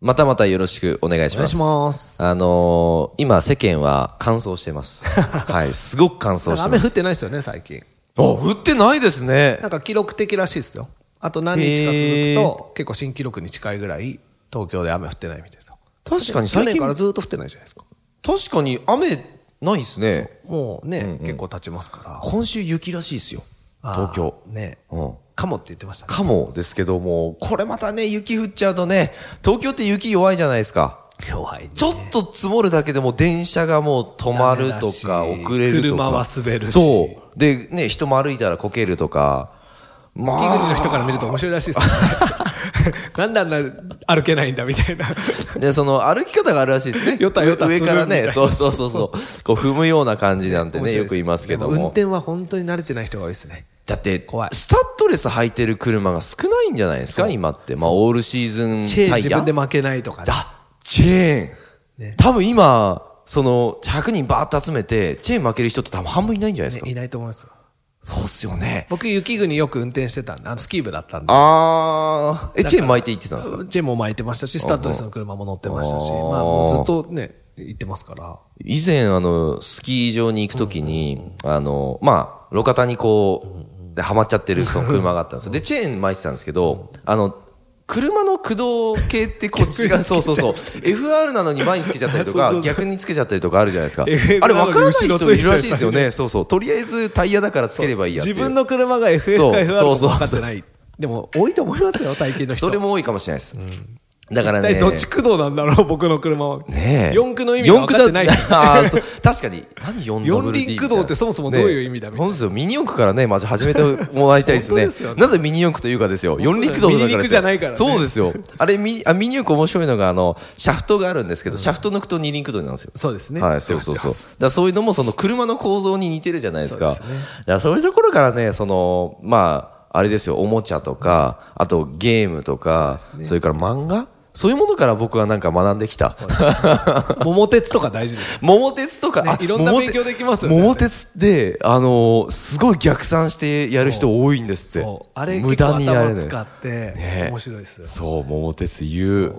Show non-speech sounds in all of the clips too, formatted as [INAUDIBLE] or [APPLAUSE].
またまたよろしくお願いしおます。ますあのー今世間は乾燥して [LAUGHS] ます。はい、すごく乾燥して雨ま降っす。てないですよね、最近。あ、降ってないですねなん。か記録的らしいですよ。あと何日かへー続くと、結構新記録に近いぐらい、東京で雨降ってないみたいですよ。確かに去最年近、から確ずっと降ってないじゃないですか。かに雨ないですね。もうね、結構経ちますから。今週雪らしいですよ。東京。あーね。うん。かもって言ってましたね。かもですけども、これまたね、雪降っちゃうとね、東京って雪弱いじゃないですか。弱いねちょっと積もるだけでも電車がもう止まるとかダメだし遅れるとか。車は滑るしそう。で、ね、人も歩いたらこけるとか。ま [LAUGHS] 雪国あの人から見ると面白いらしいですよね。なんであんな歩けないんだみ [LAUGHS] たいな。で、その歩き方があるらしいですね。 [LAUGHS] よたよた上上からつるみたいね、なそうそうそうそう。こう踏むような感じなんて面ね、白ですよく言いますけどで運も。転は本当に慣れてない人が多いですね。だって怖い、スタッドレス履いてる車が少ないんじゃないですか、今って。まあ、オールシーズンチェーンタイ自ヤ。分で負けないとかね。だ、チェーンね。多分今、その、100人バーッと集めて、チェーン負ける人って多分半分いないんじゃないですねかい。ないと思いますよ。そうっすよね。僕、雪国よく運転してたんで、あの、スキー部だったんで。あー、え、チェーン巻いて行ってたんですかチェーンも巻いてましたし、スタッドレスの車も乗ってましたし、あまーあ、もうずっとね、行ってますから。以前、あの、スキー場に行くときに、あの、まあ、路肩にこう、ではまっちゃって [LAUGHS] るその車があったんですよ。で、チェーン巻いてたんですけど、あの、車の駆動系ってこっち [LAUGHS] が、そうそうそう。FR なのに前につけちゃったりとそうそか、うそう逆につけちゃったりとかあるじゃないですか。あ FR れ分からない人いるらしいですよなのに後ろついちゃったりね。そうそう。とりあえずタイヤだからつければいいやってい自う。分の車が FF そうか FR かそうもそう分かってない。でも、多いと思いま [LAUGHS] すよ、最近の人。それも多いかもしれないです。だから一体ね。どっち駆動なんだろう、 [LAUGHS] 僕の車は。ねえ。四駆の意味が分かってない。四駆だあーそう確かに。何 4WD 四輪駆動ってそもそもどういう意味だみたいな本ですよ。ミニ四駆からね、まず始めてもらいたいですね。 [LAUGHS] 本当ですよねなぜミニ四駆というかですよ。四輪駆動だからですよミニ肉じゃないからねそうですよ。あれ、ミあミニ四駆面白いのが、あの、シャフトがあるんですけど、シャフト抜くと二輪駆動になるんですよ。そうですね。はい、 [LAUGHS] そうそうそう。だ知ってまかすらそういうのも、その車の構造に似てるじゃないですか。そそううですねらそういうところからね、その、まあ、あれですよ、おもちゃとか、あとゲームとか、そ,、れから漫画そういうものから僕はなんか学んできた。桃鉄とか大事です。桃鉄とか、ねあいろんな桃勉鉄強できますよね桃鉄って、あのーすごい逆算してやる人多いんですって。そう。あれ、無結駄構にや頭れをない。使ってね、え面白いですよ。そう、桃鉄言う。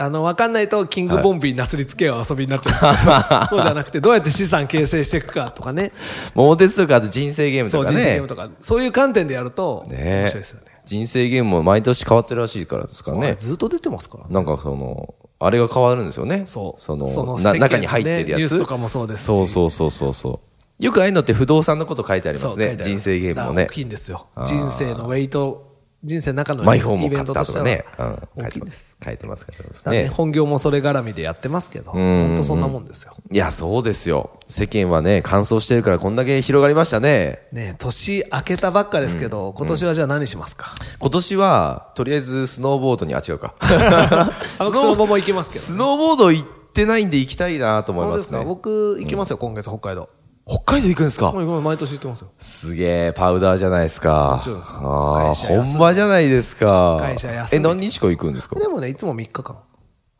あの、わかんないと、キングボンビーなすりつけよう遊びになっちゃ [LAUGHS] う。そうじゃなくて、どうやって資産形成していくかとかね。桃鉄とか、あと人生ゲームそとう、か人ね。生ゲームとか、そういう観点でやると、ね面白いですよね。人生ゲームも毎年変わってるらしいからですからそうね。ずっと出てますからね。なんかその、あれが変わるんですよね。そうその、その世間なのね中に入ってるやつ。ニュースとかもそうですしそうそうそうそうそう。よくああいうのって不動産のこと書いてあります書ね。いてある人生ゲームもだからね大。きいんですよ。人生のウェイト、人生の中のマイホームイをベ買ンっトたととしてかはね。うん大書いきていんまです。す。書いてますからですだからねね。本業もそれ絡みでやってますけど、本当そんなもんですよ。いや、そうですよ。世間はね、乾燥してるからこんだけ広がりましたね。ね年明けたばっかですけど、今年はじゃあ何しますか今年は、とりあえずスノーボードに、あ、違 [LAUGHS] うか。あ僕そのまま行きますけどスノーボード行ってないんで行きたいなと思いそうまですすかね。僕行きますよ、今月北海道。北海道行くんですかもう今毎年行ってますよ。すげえ、パウダーじゃないですか。もちろんですよああ、会社休んで本場じゃないですか。会社休んえ、で何日か行くんですかでもね、いつも3日間。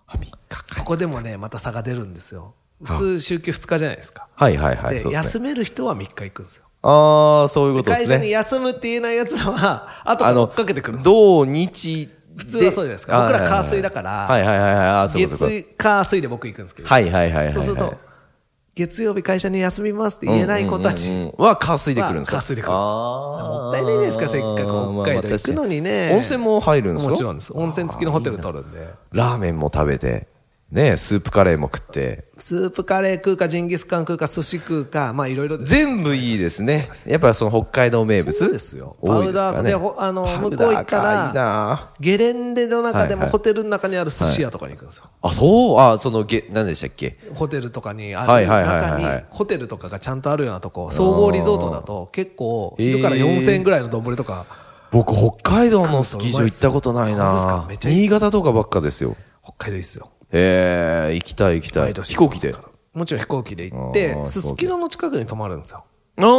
あ、3日そこでもね、また差が出るんですよ。普通、週休2日じゃないですか。はいはいはい、でそうですね。休める人は3日行くんですよ。ああ、そういうことで会社すにね。休むって言えないやつらは、後から追っかけてくるんですよ。同日普通はそうじゃないですか。僕ら火水だかから、はいはいはいはい。あーそういうことか月、火水で僕行くんですけど、はいはいはいはいはい。そうすると、月曜日会社に休みますって言えない子たちうんうんうんうんは火水で来るんですかは火水で来るんですももったいないじゃないですかせっかく北海道行くのにね温泉も入るんですかもちろんです。温泉付きのホテル取るんで。ラーメンも食べて、ね、スープカレーも食って。スープカレー食うか、ジンギスカン食うか、寿司食うか、まあいろいろです。全部いいですね。やっぱその北海道名物そうですよ多いですかパウダーねでほあのパウ向ダーこう行ったらかいいなゲレンデの中はでいもはいホテルの中にある寿司屋とかに行くんですよ。あ、そうあ、その、げ、何でしたっけホテルとかにあはるいはいはいはいはい中に、ホテルとかがちゃんとあるようなとこ、総合リゾートだと結構、昼からえー4000円ぐらいの丼とか、僕、北海道のスキー場行ったことない本当ですかなめっちゃいい新潟とかばっかですよ。北海道いいっすよ。ええ、行きたい行きたい。毎年飛行機で。行きますからもちろん飛行機で行っあーて、すすきのの近くに泊まるんですよ。あーおーおーおー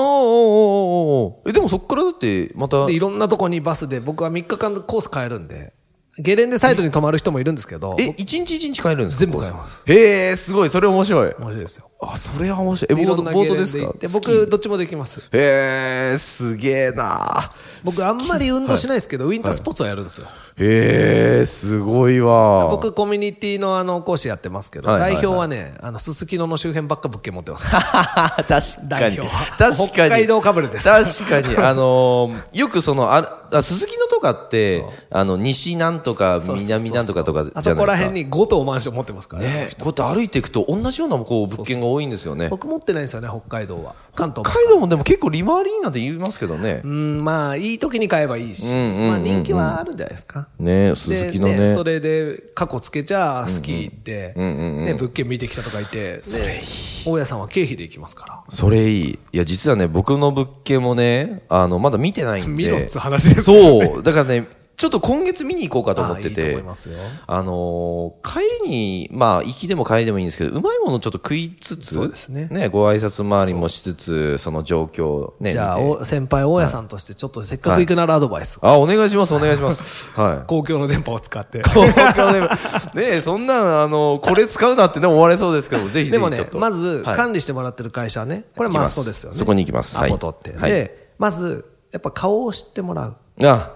おーえでもそっからだってまたで、いろんなとこにバスで、僕は3日間コース変えるんで、ゲレンデサイドに泊まる人もいるんですけど、え一日一日変えるんですか全部変えますへえすごいそれ面白い面白いですよ。あそれは面白いえいボろーんドなボードですゲレンかデ行ってスキー僕、どっちもできます。へえすげえな僕、あんまり運動しないですけど、ウィンタースポーツはやるんですよ。へえすごいわ僕、コミュニティのあの講師やってますけど、はいはい代はい表はね、あの、すすきのの周辺ばっか物件持ってます。確か代に表は確かに北海道かぶれです確かにあのーよくそのああ鈴木のとかってあの西なんとか南なんとかとかじゃないであすかそこら辺に5棟マンション持ってますからね。ねこうやって歩いていくと同じようなこう物件が多いんですよね僕持ってないんですよね、北海道は。関東北ばっか海道もでも結構利回りいいなんて言いますけどねうん、まあ、いい時に買えばいいし、うんうんうんうんまあ、人気はあるんじゃないですか。ねで鈴木のねそれで、過去つけちゃ、スキー行って、うんうんうんね、物件見てきたとかいて、それ大家さんは経費で行きますかそれいい。いや、実はね、僕の物件もね、あの、まだ見てないんで。見ろっつう話ですよねそう。だからね、ちょっと今月見に行こうかと思ってあーいいて。と思いますよあのー帰りに、まあ、行きでも帰りでもいいんですけど、うまいものちょっと食いつつ、そうですねご挨拶回りもしつつ、その状況をね、ら。じゃあ、見てお先輩大家さんとして、ちょっとせっかく行くならアドバイスを、あ、お願いします、お願いし [LAUGHS] ます。はい。公共の電波を使って。 [LAUGHS] 東京でもねえそんな、あの、これ使うなってね、思われそうですけど、ぜひぜでも [LAUGHS] ひちょねっと。、まず、はい管理してもらってる会社はね、これ行きまマすストですよね。そこに行きますはアいポ取って。はいで、まず、やっぱ顔を知ってもらう。あ、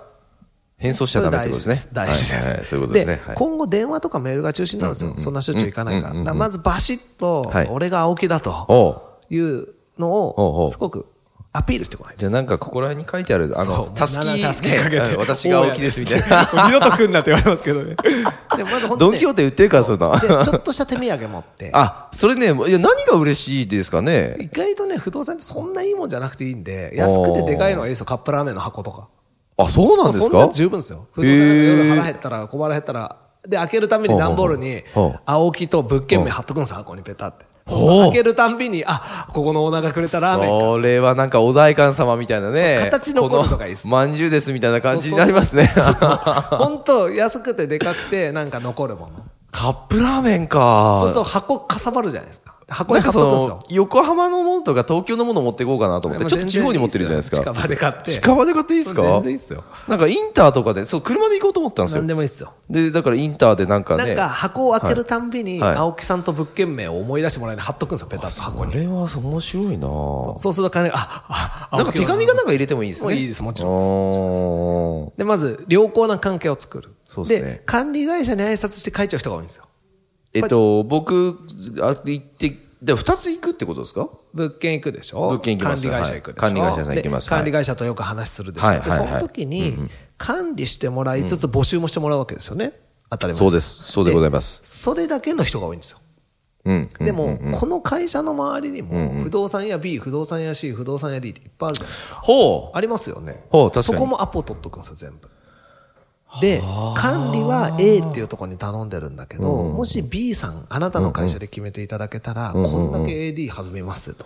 変装しちゃダメってことですね。大事です。はい大事はでいすそういうことですね。はい今後電話とかメールが中心なんですよ。そんなしょっちゅう行かないから。うんうんうんうんだからまずバシッとはい、俺が青木だとおういうのおうおうを、すごくアピールしてこないと。じゃあなんかここら辺に書いてある、あそのう、たすき、もう七助けかけねてうん私が青木ですみたいな。な。 [LAUGHS] 二度と来んなって言われますけ [LAUGHS] どね。でまず本当ドにンねキホーテ売ってるから、 [LAUGHS] そんでな。ちょっとした手土産持って。あ、それね、いや、何が嬉しいですかね。意外とね、不動産ってそんないいもんじゃなくていいんで、安くてでかいのがいいですよ。カップラーメンの箱とか。あ、そうなんですそんなかん十分ですよ。不動産なんか夜腹減ったら、小腹減ったら、で、開けるために段ボールにほうほうほう、青木と物件名貼っとくんですよ、箱にペタって。ほう開けるたんびに、あ、ここのオーナーがくれたラーメンか。それはなんかお代官様みたいなね。そう形残るのがいいですこのまんじゅうですみたいな感じになりますね。本当安くてでかくて、なんか残るもの。カップラーメンか。そうすると箱かさばるじゃないですか。箱なんに貼かっそとくんですのよ。、横浜のものとか東京のもの持っていこうかなと思って、まあちょっと地方に持ってるじゃないですか。近場で買って。近場で買っていいですか全然いいっすよ。なんかインターとかで、そう、車で行こうと思ったんですよ何。でもいいっすよ。で、だからインターでなんかなね。んか箱を開けるたんびに、はい青木さんと物件名を思い出してもらえるように貼っとくんですよ、ペタッと箱こに。れはそう面白いなそうそうすると金が、あ、あ、なんか手紙がなんか入れてもいいですもうね。いいですもちろんですんで、まず、良好な関係を作る。そうですね管理会社に挨拶して書いちゃう人が多いんですよ。えっと、僕、あ行って、で、二つ行くってことですか物件行くでしょ物件行きます管理会社行くでしょ、はい管理会社さん行きますではい管理会社とよく話するでしょ、はいはいはいでその時に、管理してもらいつつ募集もしてもらうわけですよね。当たり前そうですそうでございますそれだけの人が多いんですよ。うん。でも、この会社の周りにも、不動産屋 B、不動産屋 C、不動産屋 D っていっぱいあるじゃないですか。ほうありますよね。ほう確かにそこもアポ取っとくんですよ、全部。で、管理は A っていうところに頼んでるんだけど、もし B さん、あなたの会社で決めていただけたら、こんだけ AD 弾みますと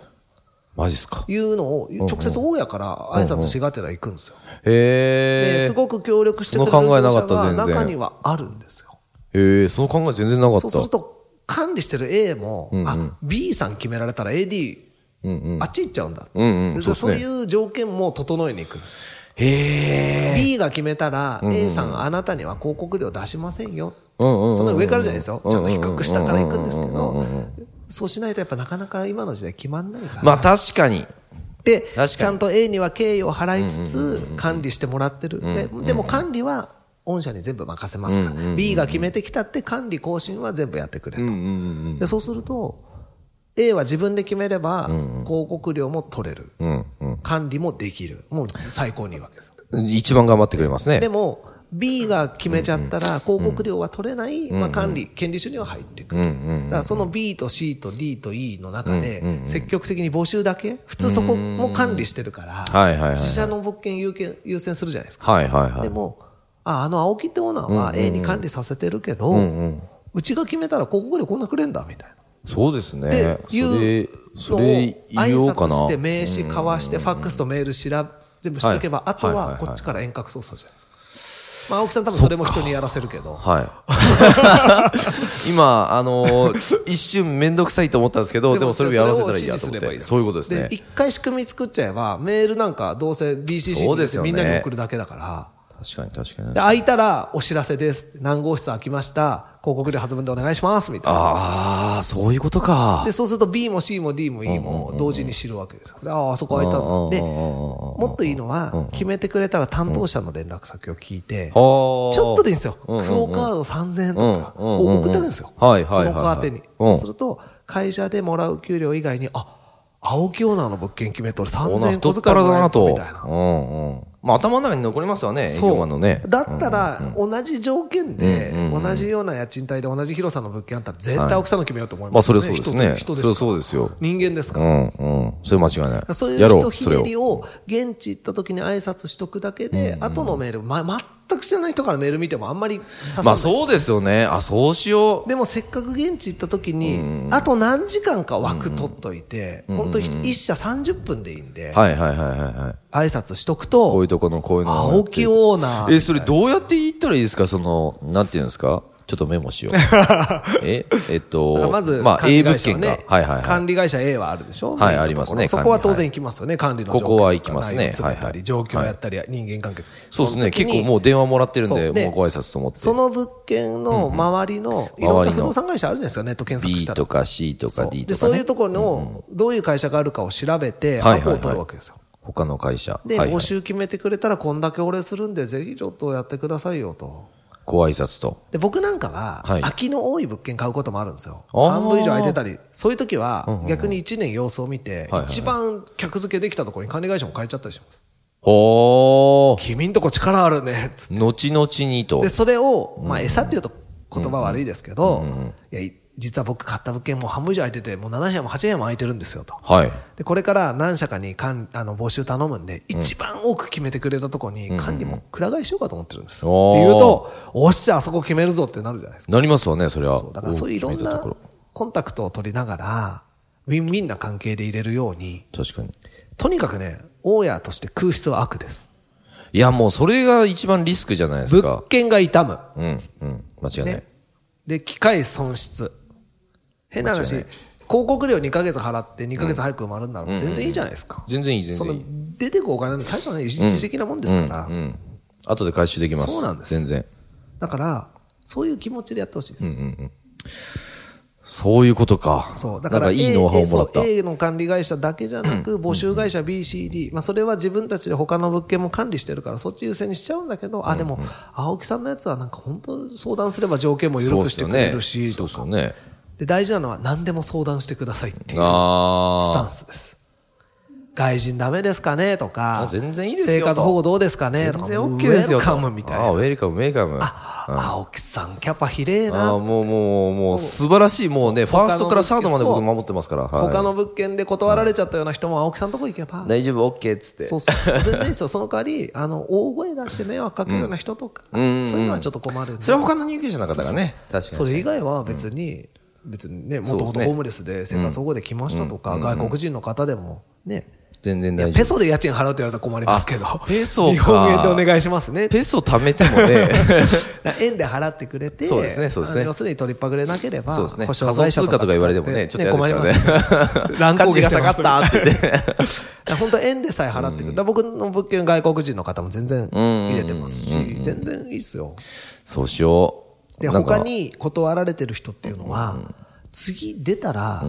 マジっすか。いうのを、直接大家から挨拶しがてら行くんですよ。へえ。ですごく協力してくれるその考えなかった業者が全然中にはあるんですよ。へえ、その考え全然なかっそうた。すると、管理してる A も、あ、B さん決められたら AD、あっち行っちゃうんだ。うんうんでそうそですねういう条件も整えに行くんです。へえ。 B が決めたら、A さん、あなたには広告料出しませんよ、うんうんうんその上からじゃないですよ、うんちうゃんんうんと低く下からいくんですけうんうどんうんうん、そうしないとやっぱなかなか今の時代、決まんないから、まあ確かに。でかにちゃんと A には敬意を払いつつ、管理してもらってる、ででも管理は御社に全部任せますから、B が決めてきたって、管理更新は全部やってくれと、でそうすると、A は自分で決めれば、広告料も取れる、うん管理もできる、もう最高にいいわけです。うん。一番頑張ってくれますねで。も B が決めちゃったら広告料は取れない、まあ、管理、権利書には入ってくる、だからその B と C と D と E の中で積極的に募集だけ、普通そこも管理してるかはいはいはいはいら、自社の物件優先優先するじゃないですか。はいはいはでい。もああの青木ってオーナーは A に管理させてるけど、うちが決めたら広告料こんなくれんだみたいな。そうですねで。そいうれ、それ言のおをうか挨拶な。して名刺交わしてファックスとメール調べ全部知っとけば、はいあとはいはいははいこっちから遠隔操作じゃないですか。まあ、青木さん多分それも人にやらせるけど。はい。今、あのー一瞬めんどくさいと思ったんですけど、でもそれをやらせたらいいやと思っそれを指示すればいて。いだけそういうことですねで、。一回仕組み作っちゃえば、メールなんかどうせ BCC そうにですよねみんなに送るだけだから。確かに確かにで。空いたらお知らせです。何号室空きました。広告料発分でお願いします。みたいな。ああ、そういうことかで、。そうすると B も C も D も E も同時に知るわけですよ。でああ、あそこ空いたんだ。で、うんうんうんうんもっといいのは、決めてくれたら担当者の連絡先を聞いて、ちあーょっとでいいんですよ。クうんうんうんオカード3000円とかうんうんうんうんを送ってあげるんですよ。はいはいはいはいその子宛てに。うそんうすると、会社でもらう給料以外に、あ、青木オーナーの物件決めとる3000円太小っ遣い腹もだらえなるぞと。みたいなう。んうん。まあ頭の中に残りますわね、営業マンのね。だったら、同じ条件で、うんうんうん同じような家賃帯で同じ広さの物件あったら、絶対奥さんの決めようと思いままあすそよね、れそうですね。人そと人ですれかそうですよ。人間ですうから。んうん。それ間違いない。そういうやろ人う、ひそれねを。りを現地行った時に挨拶しとくだけで、後のメール、ま、全く知らない人からメール見てもあんまり刺さなまいあそうですよね。あ、そうしよう。でもせっかく現地行った時に、あと何時間か枠取っといて、本当一社30分でいいんで、挨はいはいはいはいはい。拶しとくこういとう、とこのこういうのをや青って木オーナーえ、それどうやって言ったらいいですかその、なんていうんですかちょっとメモ [LAUGHS] しよう。え、えっだからと、まず、まあ管 A 理物会社は件がね、、はいはいはい管。理会社 A はあるでしょはいメインのところありますねそこは当然行きますよね、管理のここは行き状況ますね内容を詰めたはいはり、い状況やったり、人間関係。そうですね。その時結に構もう電話もらってるんで、そうでもうご挨拶と思って。その物件の周りの、いろんな不動産会社あるじゃないですか、ネット検索 B したとら。か C とかそう D とで、かそういねう。ところの、どういう会社があるかを調べて、はいはいはいアポを取るわけですよ。他の会社。で、はいはい募集決めてくれたら、こんだけ俺するんで、ぜひちょっとやってくださいよと。ご挨拶と。で、僕なんかははい、空きの多い物件買うこともあるんですよ。あー半分以上空いてたり、そういう時は、逆に1年様子を見てはいはい、一番客付けできたところに管理会社も変えちゃったりします。ほー。君んとこ力あるね、つって後々にとで、。それを、まあ、餌っていうと言葉悪いですけど、いや、い実は僕買った物件もう半分以上空いてて、もう7部屋も8部屋も空いてるんですよと。はい。で、これから何社かに管あの募集頼むんで、一番多く決めてくれたとこに管理もくら替えしようかと思ってるんです。っておー言うと、おっしゃ、あそこ決めるぞってなるじゃないですか。なりますわね、それは。だからそういういろん大きく見たなとこコンタクトを取りながら、ウィンウィンな関係で入れるように、ろ確かに。とにかくね、大家として空室は悪です。いや、もうそれが一番リスクじゃないです物か。件が痛む。うん、うん。間違いないね。。で、機械損失。変な話、間違い広告料2ヶ月払って2ヶ月早く埋まるんなら全然いいじゃないですか。全然いい、全そ然いのい。出てくお金の大したね、一時的なもんですからう。ん。後で回収できます。そうなんです全然。だから、そういう気持ちでやってほしいです。そういうことか。そう。だだかからら、いいノウハウをもらった。 A そう A の管理会社だけじゃなく、募集会社 BCD。まあ、それは自分たちで他の物件も管理してるから、そっち優先にしちゃうんだけど、あ、でも、青木さんのやつはなんか本当相談すれば条件も緩そうくでしすてよくれね。るし、そうですよね。で、大事なのは何でも相談してくださいっていう。スタあンスです。外人ダメですかねとかあ。全然いいですよ生活保護どうですかねとあ。か。全然 OK ですよウェと。ルカムみたいあー、な。ウェルカム、ウェルカム。ああ、青木さんキャパひれえあー、な。もう、もう、もう、素晴らしい。もうね、ファーストからサードまで僕そう守ってますから。はい他の物件で断られちゃったような人も青木さんのとこ行けば。大丈夫、OK っつって。そうそう。全然いいですよ。その代わり、あの、大声出して迷惑かけるような人とか、そううんうんうんいうのはちょっと困るんで。それは他の入居者の方がね、確かそに。れ以外は別に、別にね、もとそうでもすとねホームレスで生活保護で来ましたとか、外国人の方でも、ね、全然いや大丈ペ夫。ソで家賃払うって言われたら困りますけどあ。ペソか日本円でお願いしますね。ペソ貯めても [LAUGHS] ね、円で払ってくれて、そうですねそうですねあの要するに取りっぱぐれなければ、そうですね保証会社仮想通貨とか言われてもねちょっと困り嫌まですすよね。[LAUGHS] 乱価高値下がして下がまっすたって言って。 [LAUGHS] 本当円でさえ払ってくれる。だから僕の物件外国人の方も全然入れてますし、全然いいっすよ。そうしよう。で、なんか他に断られてる人っていうのは、次出たら、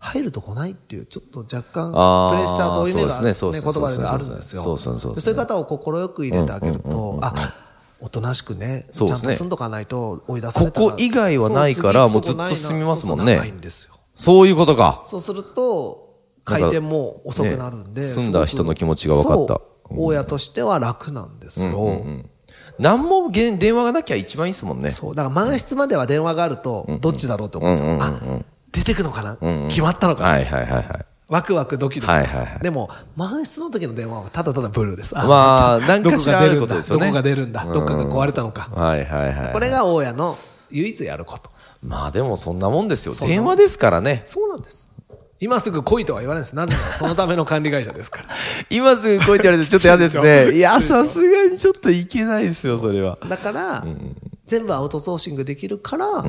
入るとこないっていう、ちょっと若干、あープレッシャーと負い目がある、ね、そう言ですねそうで葉すであるんですよ。そうですねそうですねそうですねそうですねそういう方を心よく入れてあげると、あ、おとなしくね、ちゃそんうでとすね住んどかないと追い出さこれたらこ以外はないから、そもう次ず行っとくとこ住みますもんないなそうそうないねんですよ。そういうことか。そうすると、なん回か転も遅くなるんで。ねすごく住んだ人の気持ちが分かったそう大家としては楽なんですよ。何もげん電話がなきゃ一番いいですもんね。そう、だから満室までは電話があると、どっちだろうと思うんですよ。あ、出てくのかな、決まったのかな、はいはいはいはい。ワクワクドキドキなんですはよ、いはいはいでも、満室の時の電話はただただブルーです。まあどこなんかしらあることですよねどこが出るんだ、どっかが壊れたのか。はいはいはい。これが大家の唯一やること。まあでもそんなもんですよ。電話ですからね。そうなんです。今すぐ来いとは言わないです。なぜなら、そのための管理会社ですから。今すぐ来いって言われてちょっと嫌ですね。いや、 [LAUGHS] そうさすがにちょっといけないですよ、それは。だから、全部アウトソーシングできるから、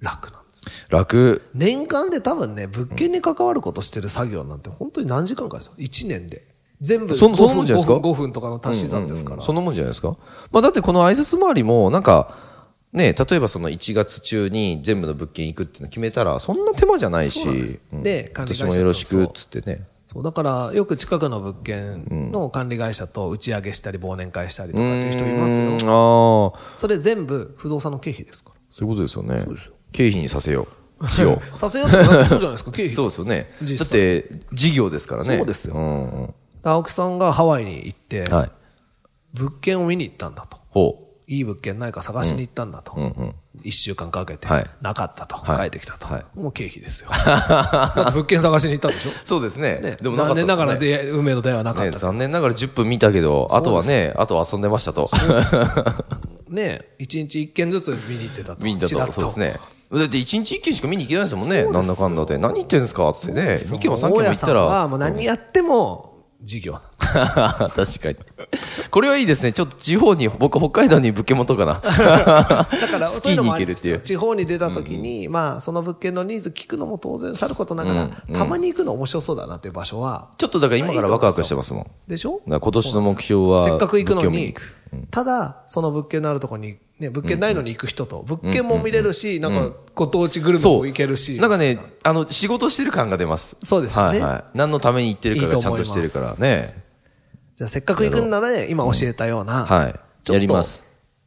楽なんです。楽。年間で多分ね、物件に関わることしてる作業なんて本当に何時間かですよ。1年で。全部そん5そんな分もんじゃないですか5分5分とかの足し算ですから。そんなもんじゃないですか。まあ、だってこの挨拶回りも、なんか、ね、例えばその1月中に全部の物件行くっていうの決めたら、そんな手間じゃないしそうなんです、うんで管理会私社もよろしくっとつってね。そう、だから、よく近くの物件の管理会社と打ち上げしたり、忘年会したりとかっていう人いますよ。よ。ああ、それ全部不動産の経費ですかそういうことですよね。経費にさせよう。し [LAUGHS] よら。させようとかそうじゃないですか、経費。う。そうですよね。実際だって、事業ですからね。そうですよんうん青木さんがハワイに行って、はい。物件を見に行ったんだと。ほいい物件ないか探しに行ったんだと。一うん1週間かけて、はいなかったと、はい書いてきたと、はもう経費ですよ。だって物件探しに行ったんでしょう。、そうですねね。でもかっ残た念ながらですねで、運命の出会いはなかっね、たと。残念ながら10分見たけど、あとはね、あとは遊んでましたと。ね一1日1件ずつ見に行ってたと。見に行っちたらっと。そうですね。だって1日1件しか見に行けないですもんね。なんだかんだで。何言ってんですかっつってね。2件も3件も行大家っさたんはら。もう何やっても事業なんで [LAUGHS] す確かに。これはいいですね。ちょっと地方に、僕北海道に物件持とうか [LAUGHS] な。だから、スそキういーうのに行もあけりるっでてすいうよ。地方に出た時に、まあ、その物件のニーズ聞くのも当然さることながら、たまに行くの面白そうだなっていう場所は、ちょっとだから今からワクワクしてますもん。でしだょから今年の目標はせっかく行く物件を見のにに行く、ただ、その物件のあるとこに、ね、物件ないのに行く人と、物件も見れるし、なんか、ご当地グルメそもう。行けるし、なんかね、あの、仕事してる感が出ます。そうですよねはいはい。何のために行ってるかいいとが思ちゃんとしてるからね。じゃあせっかく行くんならね、今教えたような、はい。ちょっとやります。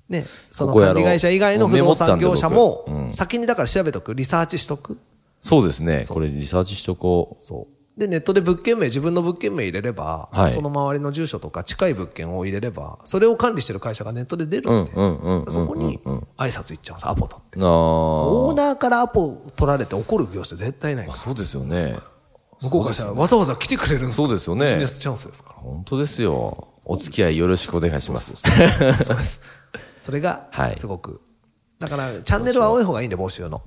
ね、そのここやろう管理会社以外の不動産業者もうメモったんだも僕う、ん先にだから調べとく、リサーチしとく。そうですね。これリサーチしとこう。そう。で、ネットで物件名、自分の物件名入れれば、はいその周りの住所とか近い物件を入れれば、それを管理してる会社がネットで出るんで、うんうんうんうんうんそこに挨拶行っちゃうんです、アポ取って。あーオーナーからアポ取られて怒る業者絶対ないかあ。ら。そうですよね。向こうからしたらわざわざ来てくれるんですそうですよねビジネスチャンスですから。本当ですよ。お付き合いよろしくお願いします。そうです。それがは、いすごく。だから、チャンネルは多い方がいいんで、募集の。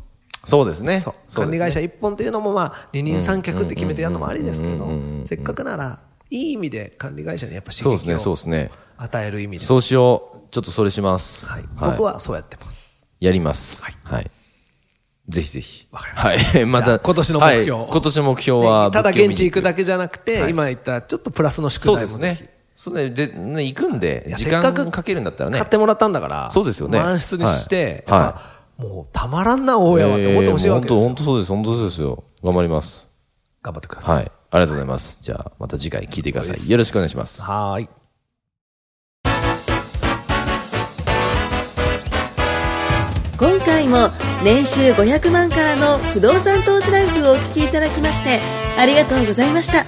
そうですね。そう管で理すね会社一本というのも、まあ、二人三脚って決めてやるのもありですけど、せっかくなら、いい意味で管理会社にやっぱそう刺ですね、激そうをですね。与える意味で。そうしよう。ちょっとそれします。はい、僕はそうやってます。やります。はい。ぜひぜひ。わかりまはい。 [LAUGHS] まじゃあた。今年の目標はい今年の目標は、ねただ現地行くだけ。けじゃなくて、はい今言ったちょっとプラスの宿そ題うもですぜね。そうね、で、ね、行くんでひ。い、や時せっかく間かけるんだったらね買っ。てもらったんだから、そうですよね満室にして、はいやっぱもうたまらんな、大家はって思ってほしいわけですえーよ。本当本当そうです、本当そうですよ。頑張ります。頑張ってください。はい。ありがとうございます。じゃあ、また次回聞いてください。よろしくお願いします。はーい。今回も年収500万からの不動産投資ライフをお聞きいただきましてありがとうございました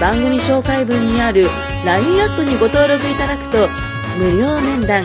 番組紹介文にある LINE アットにご登録いただくと無料面談